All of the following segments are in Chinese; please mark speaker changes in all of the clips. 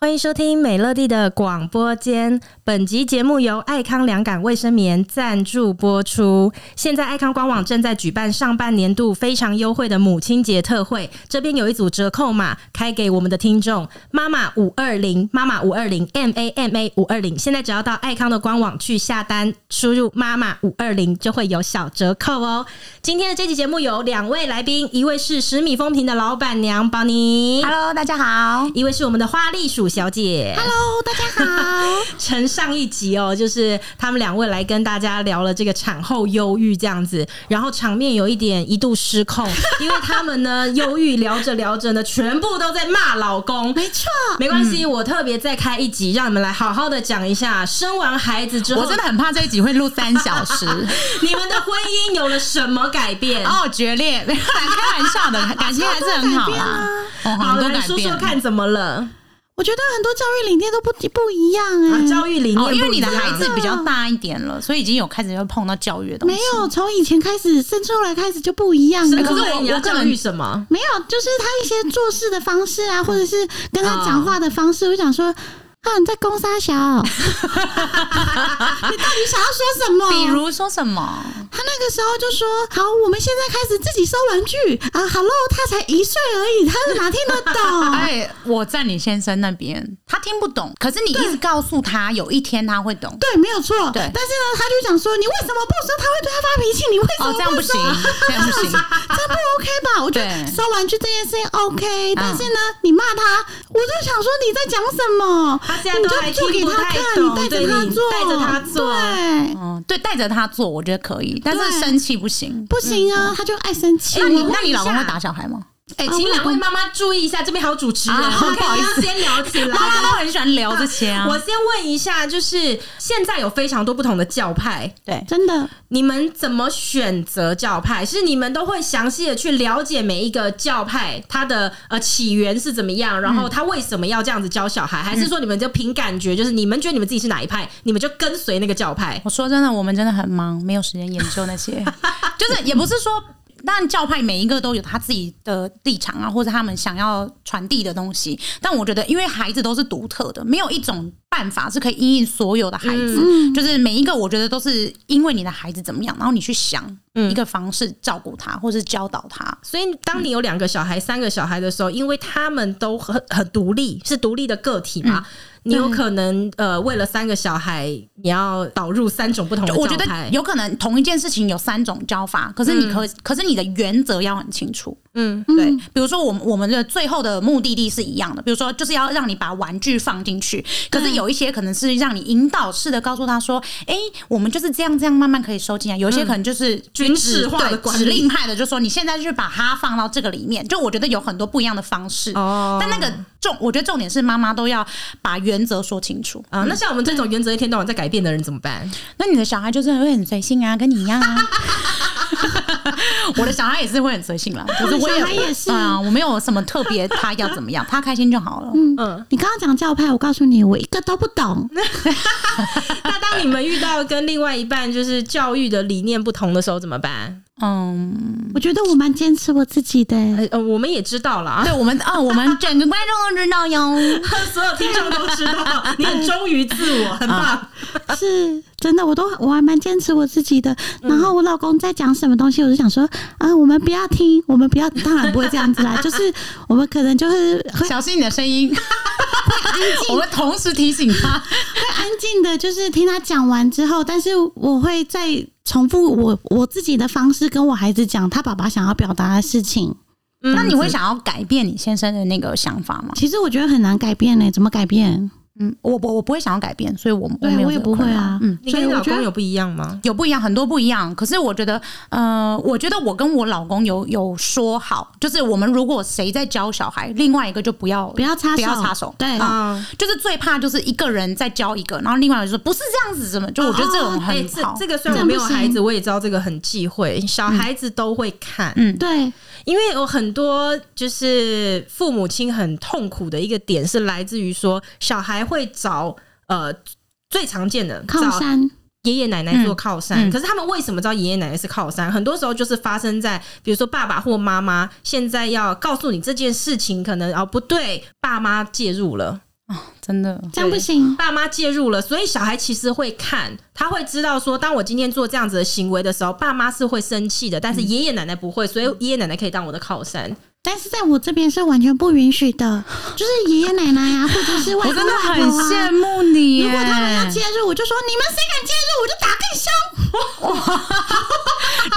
Speaker 1: 欢迎收听美乐蒂的广播间。本集节目由爱康凉感卫生棉赞助播出。现在爱康官网正在举办上半年度非常优惠的母亲节特惠，这边有一组折扣码开给我们的听众：妈妈五二零，妈妈五二零，M A M A 五二零。现在只要到爱康的官网去下单，输入妈妈五二零就会有小折扣哦。今天的这期节目有两位来宾，一位是十米风评的老板娘宝妮
Speaker 2: Hello，大家好。
Speaker 1: 一位是我们的花栗鼠小姐。
Speaker 2: Hello，大家好。
Speaker 1: 承上一集哦，就是他们两位来跟大家聊了这个产后忧郁这样子，然后场面有一点一度失控， 因为他们呢忧郁聊着聊着呢，全部都在骂老公。
Speaker 2: 没错，
Speaker 1: 没关系，我特别再开一集，让你们来好好的讲一下生完孩子之后，
Speaker 2: 我真的很怕这一集会录三小时。
Speaker 1: 你们的婚姻有了什么改变？
Speaker 2: 哦，决裂， 没有啦开玩笑的，感情还是很好啦。哦，
Speaker 1: 啊好
Speaker 2: 很多
Speaker 1: 了，
Speaker 2: 改
Speaker 1: 来说
Speaker 2: 变
Speaker 1: 说。看怎么了？
Speaker 3: 我觉得很多教育理念都不不一样哎、
Speaker 1: 啊，教育理念
Speaker 2: 哦，因为
Speaker 1: 不一
Speaker 2: 你的
Speaker 1: 样
Speaker 2: 孩子比较大一点了，所以已经有开始要碰到教育的东西。
Speaker 3: 没有从以前开始，甚至后来开始就不一样
Speaker 1: 是
Speaker 3: 了。
Speaker 1: 可
Speaker 2: 可
Speaker 1: 是
Speaker 2: 是
Speaker 1: 我
Speaker 2: 我哦
Speaker 1: 你要
Speaker 2: 我个人
Speaker 1: 教育什么？
Speaker 3: 没有，就是他一些做事的方式啊，或者是跟他讲话的方式，我想说啊，你在攻杀 小，你到底想要说什么？
Speaker 2: 比如说什么？
Speaker 3: 他那个时候就说：“好，我们现在开始自己收玩具啊，Hello，他才一岁而已，他是哪听得
Speaker 1: 哦
Speaker 3: 懂？
Speaker 2: 哎，我在你先生那边，他听不懂，可是你一直告诉他，有一天他会懂。
Speaker 3: 对，没有错。但
Speaker 2: 对
Speaker 3: 是呢，他就想说，你为什么不说？他会对他发脾气，你为什么
Speaker 2: 哦，这样不
Speaker 3: 说
Speaker 2: 行，这样不行。
Speaker 3: 这不 OK 吧？我觉得
Speaker 2: 对
Speaker 3: 收玩具这件事情
Speaker 1: 嗯
Speaker 3: OK，但是呢，你骂他，我就想说你在讲什么？
Speaker 1: 他现在都还
Speaker 3: 你就做
Speaker 1: 听
Speaker 3: 给
Speaker 1: 不
Speaker 3: 他
Speaker 1: 太
Speaker 3: 看，
Speaker 1: 懂
Speaker 3: 你带
Speaker 1: 对
Speaker 3: 着他
Speaker 1: 你
Speaker 3: 做，
Speaker 1: 带着他做
Speaker 3: 对，
Speaker 2: 嗯，对，带着他做，我觉得可以，但是
Speaker 3: 对
Speaker 2: 生气不行。哎
Speaker 3: 不行
Speaker 1: 嗯
Speaker 3: 啊，他就爱生气。
Speaker 1: 哎
Speaker 2: 那你
Speaker 3: 我
Speaker 2: 那你老公
Speaker 1: 问一
Speaker 2: 会
Speaker 1: 下
Speaker 2: 打小孩吗？
Speaker 1: 哎、请两位妈妈注意一下，这边还有主持人，
Speaker 2: 啊
Speaker 1: 我们
Speaker 2: 不好意
Speaker 1: 要
Speaker 2: 思
Speaker 1: 先聊起来。
Speaker 2: 大家都很喜欢
Speaker 1: 哦
Speaker 2: 聊这些 啊。
Speaker 1: 我先问一下，就是现在有非常多不同的教派，
Speaker 2: 对，
Speaker 3: 真的
Speaker 1: 你们怎么选择教派？是你们都会详细的去了解每一个教派它的呃起源是怎么样，然后它为什么要这样子教小孩，还是说你们就凭感觉，就是你们觉得你们自己是哪一派，你们就跟随那个教派？
Speaker 2: 我说真的，我们真的很忙，没有时间研究那 些，就是也不是说。但教派每一个都有他自己的立场啊，或者他们想要传递的东西。但我觉得，因为孩子都是独特的，没有一种办法是可以因应所有的孩子。
Speaker 1: 嗯
Speaker 3: 嗯
Speaker 2: 就是每一个，我觉得都是因为你的孩子怎么样，然后你去想一个方式照顾他，或是教导他。
Speaker 1: 所以，当你有两个小孩、三个小孩的时候，因为他们都很很独立，是独立的个体嘛，嗯你有可能呃，为了三个小孩，你要导入三种不同的
Speaker 2: 就
Speaker 1: 教
Speaker 2: 我觉得
Speaker 1: 派。
Speaker 2: 有可能同一件事情有三种教法，可是你可、可是你的原则要很清楚。
Speaker 1: 嗯，
Speaker 2: 对，比如说我们我们的最后的目的地是一样的，比如说就是要让你把玩具放进去，可是有一些可能是让你引导式的告诉他说，哎、我们就是这样这样慢慢可以收进来，有一些可能就是指、
Speaker 1: 军事化的
Speaker 2: 对
Speaker 1: 管理
Speaker 2: 指令派的，就说你现在就把它放到这个里面，就我觉得有很多不一样的方式，
Speaker 1: 哦
Speaker 2: 但那个重我觉得重点是妈妈都要把原则说清楚。
Speaker 1: 啊，那像我们这种原则一天到晚在改变的人怎么办？
Speaker 2: 那你的小孩就是会很随性啊，跟你一样啊。 我的小孩也是会很随 性啦，可是我
Speaker 3: 我的小孩也是
Speaker 2: 啊、我没有什么特别，他要怎么样，他开心就好了。
Speaker 1: 嗯，
Speaker 3: 你刚刚讲教派，我告诉你，我一个都不懂。
Speaker 1: 那当你们遇到跟另外一半就是教育的理念不同的时候怎么办？
Speaker 2: 嗯，
Speaker 3: 我觉得我蛮坚持我 自己的。
Speaker 1: 呃，呃我们也知道了啊，
Speaker 2: 对，我们啊、我们整个观众都知道哟。
Speaker 1: 所有听众都知道，你很忠于自我，很棒。
Speaker 3: 是真的，我都我还蛮坚持我自己的。
Speaker 1: 嗯
Speaker 3: 然后我老公在讲什么东西，我就想说啊，我们不要听，我们不要，当然不会这样 子啦，就是我们可能就是 会
Speaker 2: 小心你的声音， 我们同时提醒 他。
Speaker 3: 会安静的，就是听他讲完之后，但是我会再重复我我自己的方式跟我孩子讲他爸爸想要表达的事情。
Speaker 1: 嗯
Speaker 2: 那你会想要改变你先生的那个想法吗？
Speaker 3: 其实我觉得很难改变呢、欸怎么改变？
Speaker 2: 嗯，我我我不会想要改变，所以我我
Speaker 3: 对
Speaker 2: 没有
Speaker 3: 我也
Speaker 2: 这个
Speaker 3: 不会
Speaker 2: 困扰
Speaker 3: 啊
Speaker 2: 嗯，
Speaker 1: 你跟你
Speaker 3: 所以
Speaker 1: 老
Speaker 3: 我觉得
Speaker 1: 公有不一样吗？
Speaker 2: 有不一样，很多不一样。可是我觉得，呃，我觉得我跟我老公有有说好，就是我们如果谁在教小孩，另外一个就不要
Speaker 3: 不要插手，
Speaker 2: 不要插手，
Speaker 3: 对，
Speaker 2: 啊
Speaker 1: 啊，
Speaker 2: 就是最怕就是一个人在教一个，然后另外一个就说不是这样子，怎么？就我觉得这种
Speaker 1: 哎、
Speaker 2: 很
Speaker 1: 这
Speaker 2: 好，
Speaker 1: 这个虽然
Speaker 3: 哦
Speaker 1: 我
Speaker 3: 这样
Speaker 1: 没
Speaker 3: 不
Speaker 1: 有孩子，
Speaker 3: 行
Speaker 1: 我也知道这个很忌讳，小孩子都会看，
Speaker 2: 嗯，
Speaker 3: 对，
Speaker 1: 因为有很多就是父母亲很痛苦的一个点是来自于说小孩会找呃最常见的
Speaker 3: 靠
Speaker 1: 找
Speaker 3: 山，
Speaker 1: 爷爷奶奶做靠山，
Speaker 2: 嗯嗯
Speaker 1: 可是他们为什么知道爷爷奶奶是靠山？很多时候就是发生在，比如说爸爸或妈妈现在要告诉你这件事情，可能哦不对，爸妈介入了，
Speaker 2: 真的，
Speaker 3: 这样不行。
Speaker 1: 爸妈介入了，所以小孩其实会看，他会知道说，当我今天做这样子的行为的时候，爸妈是会生气的，但
Speaker 3: 嗯
Speaker 1: 是爷爷奶奶不会，所以爷爷奶奶可以当我的靠山。
Speaker 3: 但是在我这边是完全不允许 的，就是爷爷奶奶啊，或者是外
Speaker 2: 我
Speaker 3: 公
Speaker 2: 真的
Speaker 3: 外
Speaker 2: 很
Speaker 3: 婆啊
Speaker 2: 羡。慕你耶。
Speaker 3: 如果他们要介入，我就说你们谁敢介入，我就打更凶。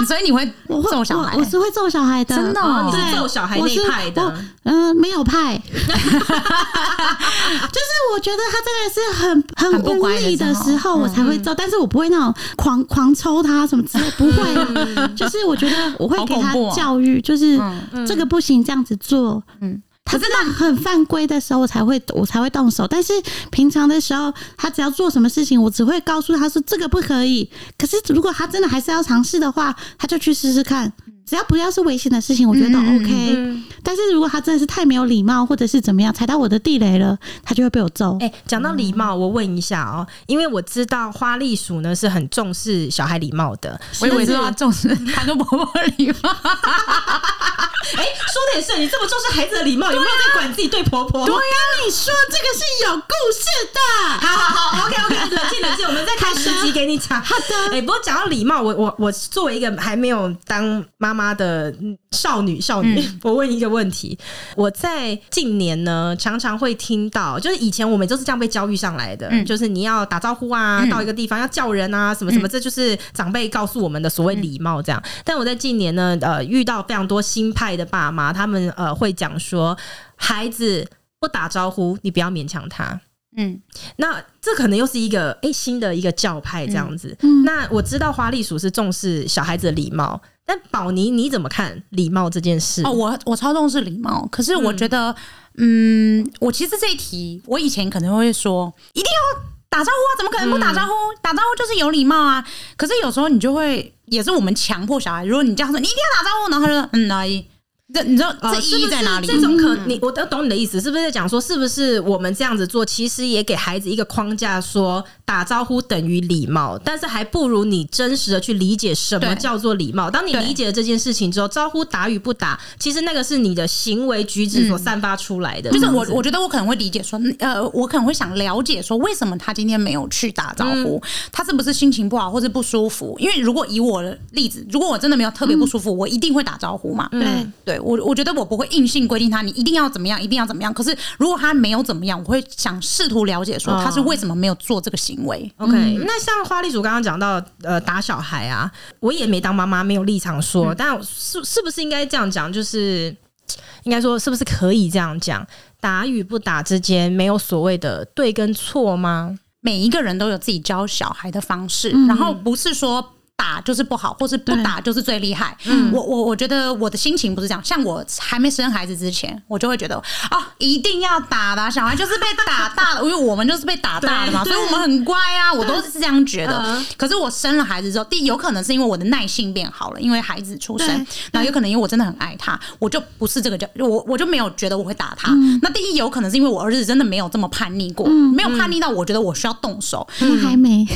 Speaker 2: 所以你会
Speaker 3: 我会
Speaker 2: 揍小孩
Speaker 3: 我，我是会揍小孩的，嗯
Speaker 2: 真的哦
Speaker 1: 哦，你是
Speaker 3: 对
Speaker 1: 揍小孩
Speaker 3: 我
Speaker 1: 那
Speaker 3: 是
Speaker 1: 派
Speaker 3: 我
Speaker 1: 的，
Speaker 3: 嗯、没有 派， 就是我觉得他真的是很
Speaker 2: 很不
Speaker 3: 无
Speaker 2: 乖的
Speaker 3: 力的
Speaker 2: 时候嗯
Speaker 3: 时候，我才会揍，但是我不会那种狂狂抽他什么之类，不会，就是我觉得我会
Speaker 2: 嗯好
Speaker 3: 给
Speaker 2: 恐
Speaker 3: 他
Speaker 2: 怖哦
Speaker 3: 教育，就是
Speaker 2: 嗯
Speaker 3: 这个不行，这样子做，
Speaker 2: 嗯，
Speaker 3: 他真的很犯规的时候，我才会我才会动手。但是平常的时候，他只要做什么事情，我只会告诉他说这个不可以。可是如果他真的还是要尝试的话，他就去试试看。只要不要是危险的事情，我觉得都
Speaker 2: 嗯嗯
Speaker 3: OK。
Speaker 1: 嗯。
Speaker 3: 但是如果他真的是太没有礼貌，或者是怎么样踩到我的地雷了，他就会被我揍。
Speaker 1: 哎、讲到礼貌，我问一下哦、因为我知道花栗鼠呢是很重视小孩礼貌的。
Speaker 2: 我以为是他重视他跟伯伯的礼 貌，
Speaker 1: 哎、说的也是，你这么重视孩子的礼貌，有没有在管自己啊对婆婆？
Speaker 3: 我跟你说，这个是有故事的。
Speaker 1: 好好好，OK OK，冷静冷静，我们再开十集给你讲。好的，哎、不过讲到礼貌，我我我作为一个还没有当妈妈的嗯少女少女，我问一个问题：我在近年呢，常常会听到，就是以前我们就是这样被教育上来的，
Speaker 2: 嗯
Speaker 1: 就是你要打招呼啊，
Speaker 2: 嗯
Speaker 1: 到一个地方要叫人啊，什么什么，这就是长辈告诉我们的所谓礼貌这样。但我在近年呢，呃，遇到非常多新派的爸妈，他们呃会讲说，孩子不打招呼，你不要勉强他。
Speaker 2: 嗯，
Speaker 1: 那这可能又是一个诶新的一个教派这样子。
Speaker 3: 嗯
Speaker 1: 那我知道花栗鼠是重视小孩子的礼貌，但宝妮你怎么看礼貌这件事？
Speaker 2: 哦，我我超重视礼貌，可是我觉得，嗯我其实这一题，我以前可能会说一定要打招呼啊，怎么可能不打招呼？
Speaker 1: 嗯
Speaker 2: 打招呼就是有礼貌啊。可是有时候你就会，也是我们强迫小孩，如果你这样说，你一定要打招呼，然后他就说嗯阿姨，这你知道
Speaker 1: 呃
Speaker 2: 这
Speaker 1: 是
Speaker 2: 意
Speaker 1: 不
Speaker 2: 义
Speaker 1: 是
Speaker 2: 在哪里？嗯
Speaker 1: 这种可你我都懂你的意思，是不是在讲说，是不是我们这样子做，其实也给孩子一个框架说打招呼等于礼貌，但是还不如你真实的去理解什么
Speaker 2: 对
Speaker 1: 叫做礼貌。当你
Speaker 2: 对
Speaker 1: 理解了这件事情之后，招呼打与不打，其实那个是你的行为举止所散发出来的。
Speaker 2: 嗯就是
Speaker 1: 这样
Speaker 2: 我，
Speaker 1: 子
Speaker 2: 我觉得我可能会理解说，嗯呃，我可能会想了解说，为什么他今天没有去打招呼？
Speaker 1: 嗯
Speaker 2: 他是不是心情不好或者不舒服？因为如果以我的例子，如果我真的没有特
Speaker 1: 嗯
Speaker 2: 别不舒服，我一定会打招呼嘛。
Speaker 3: 对，
Speaker 2: 对我，我觉得我不会硬性规定他，你一定要怎么样，一定要怎么样。可是如果他没有怎么样，我会想试图了解说
Speaker 1: 哦
Speaker 2: 他
Speaker 3: 嗯
Speaker 2: 是为什么没有做这个行为。
Speaker 1: OK，、那像花栗鼠刚刚讲到，呃，打小孩啊，我也没当妈妈，没有立场说，但是是不是应该这样讲？就是应该说，是不是可以这样讲？打与不打之间没有所谓的对跟错吗？
Speaker 2: 每一个人都有自己教小孩的方式，
Speaker 3: 嗯
Speaker 2: 然后不是说。打就是不好，或是不
Speaker 3: 对嗯
Speaker 2: 打就是最厉害。我我我觉得我的心情不是这样，像我还没生孩子之前，我就会觉得哦，一定要打的啊，小孩就是被打大了，因为我们就是被打大的嘛，所
Speaker 3: 对
Speaker 2: 以
Speaker 3: 对
Speaker 2: 我们很乖啊，我都是这样觉得
Speaker 1: 嗯。
Speaker 2: 可是我生了孩子之后，第有可能是因为我的耐性变好了，因为孩子出生
Speaker 3: 对，嗯
Speaker 2: 然后有可能因为我真的很爱他，我就不是这个叫我我就没有觉得我会打他。那第一有可能是因为我儿子真的没有这么叛逆过，
Speaker 3: 嗯
Speaker 2: 没有叛逆到我觉得我需要动手，
Speaker 3: 那 还没。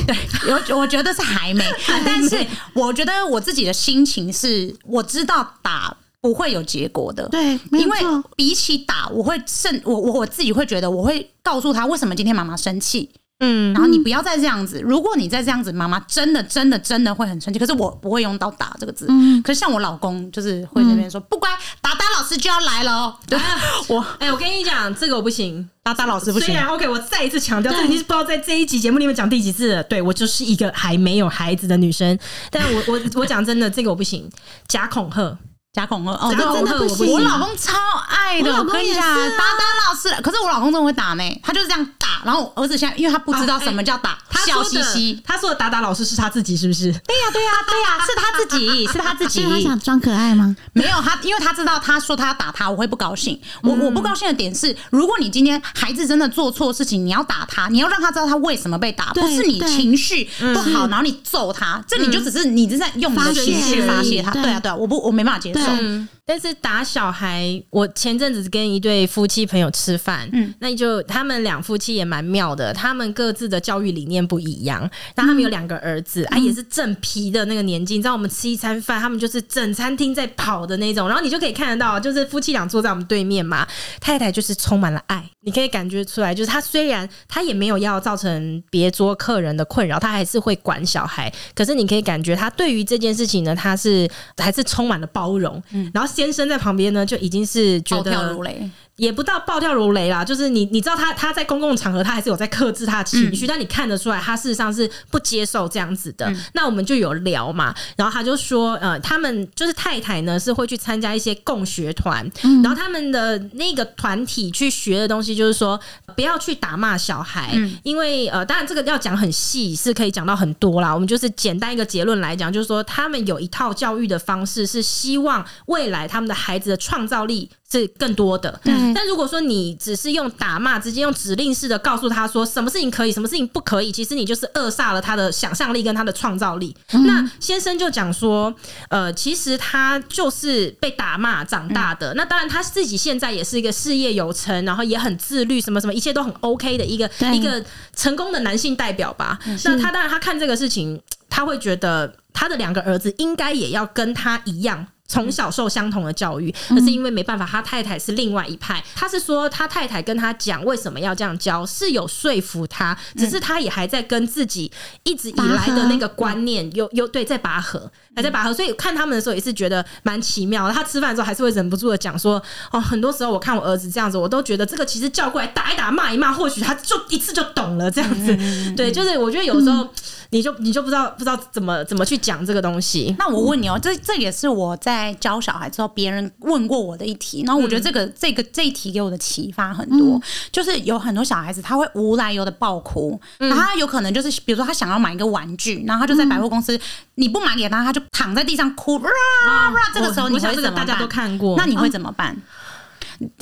Speaker 2: 有我觉得是还 没，但是我觉得我自己的心情是我知道打不会有结果的，
Speaker 3: 对，
Speaker 2: 因
Speaker 3: 没有
Speaker 2: 为
Speaker 3: 错。
Speaker 2: 比起打，我会甚我我我自己会觉得我会告诉他为什么今天妈妈生气，
Speaker 1: 嗯
Speaker 2: 然后你不要再这样子，如果你再这样子，妈妈真的真的真的会很生气。可是我不会用到打这个字，
Speaker 3: 嗯
Speaker 2: 可是像我老公就是会那边说、不乖，达达老师就要来了哦，对、我。
Speaker 1: 哎、 我跟你讲，这个我不行。
Speaker 2: 达达老师不
Speaker 1: 虽
Speaker 2: 行，
Speaker 1: 然 OK，我再一次强调，
Speaker 3: 对
Speaker 1: 这已经是不知道在这一集节目里面讲第几次了。对我就是一个还没有孩子的女 生，但我我我讲真的，这个我不行。假恐吓，
Speaker 2: 假恐吓哦，
Speaker 1: 假
Speaker 2: 这个
Speaker 1: 恐吓
Speaker 2: 我
Speaker 1: 我
Speaker 3: 真的不行
Speaker 2: 我老公超爱的，
Speaker 3: 我老
Speaker 2: 我
Speaker 3: 公
Speaker 2: 跟你
Speaker 3: 也
Speaker 2: 讲，
Speaker 3: 是啊
Speaker 2: 打打老师，可是我老公真的会打呢，他就是这样打。然后我儿子现在，因为他不知道什么叫打，
Speaker 1: 他
Speaker 2: 笑
Speaker 1: 说
Speaker 2: 嘻
Speaker 1: 的
Speaker 2: 嘻。
Speaker 1: 他说的打打老师是他自己，是不是？
Speaker 2: 对呀、对呀、对呀、是他自己，是他自
Speaker 3: 所以他想装可爱吗？
Speaker 2: 没有他，因为他知道他说他要打他，我会不高兴。我我不高兴的点是，如果你今天孩子真的做错事情，你要打他，你要让他知道他为什么被打，
Speaker 3: 对
Speaker 2: 不是你
Speaker 3: 对
Speaker 2: 情绪不好，然后你揍他，这你就只是你是在用你的
Speaker 3: 发泄
Speaker 2: 情绪
Speaker 3: 而
Speaker 2: 发
Speaker 3: 已
Speaker 2: 泄他。
Speaker 3: 对
Speaker 2: 对啊，对啊，我不我没办法接受。
Speaker 3: 对
Speaker 1: 但是打小孩，我前阵子跟一对夫妻朋友吃饭，嗯，那就他们两夫妻也蛮妙的，他们各自的教育理念不一样。那他们有两个儿子、啊，也是正皮的那个年纪，你知道我们吃一餐饭，他们就是整餐厅在跑的那种，然后你就可以看得到，就是夫妻俩坐在我们对面嘛，太太就是充满了爱，你可以感觉出来，就是她虽然她也没有要造成别桌客人的困扰，她还是会管小孩，可是你可以感觉她对于这件事情呢，她是还是充满了包容。然后先生在旁边呢，就已经是觉
Speaker 2: 暴
Speaker 1: 得
Speaker 2: 跳如雷，
Speaker 1: 也不到暴跳如雷啦，就是你你知道他他在公共场合他还是有在克制他的情绪，但你看得出来他事实上是不接受这样子的。那我们就有聊嘛，然后他就说，呃，他们就是太太呢是会去参加一些共学团，然后他们的那个团体去学的东西就是说不要去打骂小孩，因为呃，当然这个要讲很细是可以讲到很多啦，我们就是简单一个结论来讲，就是说他们有一套教育的方式是希望未来他们的孩子的创造力是更多的，
Speaker 3: 对
Speaker 1: 但如果说你只是用打骂，直接用指令式的告诉他说什么事情可以，什么事情不可以，其实你就是扼杀了他的想象力跟他的创造力。那先生就讲说，呃，其实他就是被打骂长大的。那当然他自己现在也是一个事业有成，然后也很自律，什么什么一切都很 OK 的一个
Speaker 3: 对
Speaker 1: 一个成功的男性代表吧。那他当然他看这个事情，他会觉得他的两个儿子应该也要跟他一样。从小受相同的教育，可是因为没办法，他太太是另外一派。他是说他太太跟他讲为什么要这样教，是有说服他，只是他也还在跟自己一直以来的那个
Speaker 2: 嗯
Speaker 1: 观念又又对在拔河，还在拔河。所以看他们的时候也是觉得蛮奇妙的。他吃饭的时候还是会忍不住的讲说：“哦，很多时候我看我儿子这样子，我都觉得这个其实叫过来打一打、骂一骂，或许他就一次就懂了这样
Speaker 2: 嗯
Speaker 1: 子。”对，就是我觉得有时候你就你就不知道不知道怎么怎么去讲这个东西。
Speaker 2: 那我问你哦，这这也是我在教小孩之后别人问过我的一题，然
Speaker 1: 嗯
Speaker 2: 后我觉得这个、这个这一题给我的启发很多，就是有很多小孩子他会无来由的爆哭，
Speaker 1: 嗯
Speaker 2: 然后他有可能就是比如说他想要买一个玩具，然后他就在百货公
Speaker 1: 嗯
Speaker 2: 司、你不买给他，他就躺在地上哭，哇、哇，这个时
Speaker 1: 啊
Speaker 2: 候
Speaker 1: 我
Speaker 2: 你
Speaker 1: 我想
Speaker 2: 会
Speaker 1: 这
Speaker 2: 怎
Speaker 1: 个大
Speaker 2: 么
Speaker 1: 家
Speaker 2: 办
Speaker 1: 都看过，嗯
Speaker 2: 那你会怎么办？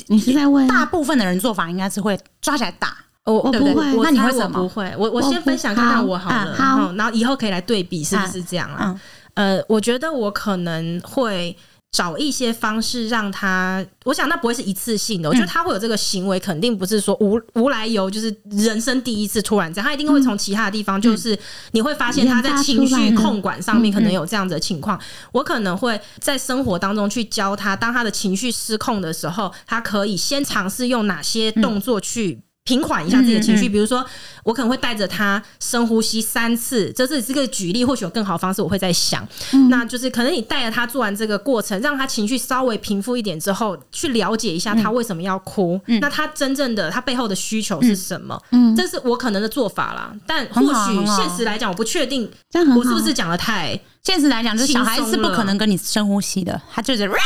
Speaker 3: 你是在问
Speaker 2: 大部分的人做法应该是会抓起来打，
Speaker 1: 我我
Speaker 3: 对不对
Speaker 1: 我
Speaker 2: 那你
Speaker 1: 猜
Speaker 2: 会
Speaker 1: 我
Speaker 2: 怎么
Speaker 1: 不会，我我
Speaker 3: 我
Speaker 1: 先
Speaker 3: 不
Speaker 1: 分享看看
Speaker 3: 好
Speaker 1: 我好
Speaker 2: 啊
Speaker 1: 了，
Speaker 3: 嗯好
Speaker 1: 嗯然后以后可以来对比是不是这样啊？
Speaker 2: 嗯，
Speaker 1: 呃，我觉得我可能会。找一些方式让他，我想那不会是一次性的。我觉得他会有这个行为，肯定不是说无无来由，就是人生第一次突然这样，他一定会从其他地方，就是你会发现他在情绪控管上面可能有这样子的情况。我可能会在生活当中去教他，当他的情绪失控的时候，他可以先尝试用哪些动作去。平缓一下自己的情绪，比如说，我可能会带着他深呼吸三次，这是这个举例，或许有更好的方式，我会在想。那就是可能你带着他做完这个过程，让他情绪稍微平复一点之后，去了解一下他为什么要哭，那他真正的他背后的需求是什么？
Speaker 3: 嗯，
Speaker 1: 这是我可能的做法啦。但或
Speaker 2: 很好
Speaker 1: 许
Speaker 2: 很好
Speaker 1: 现实来讲，我不确定
Speaker 3: 这样很好，啊
Speaker 1: 我是不是讲的太
Speaker 2: 现实来讲，就是小孩
Speaker 1: 轻
Speaker 2: 是
Speaker 1: 松了
Speaker 2: 不可能跟你深呼吸的，他就是哇哇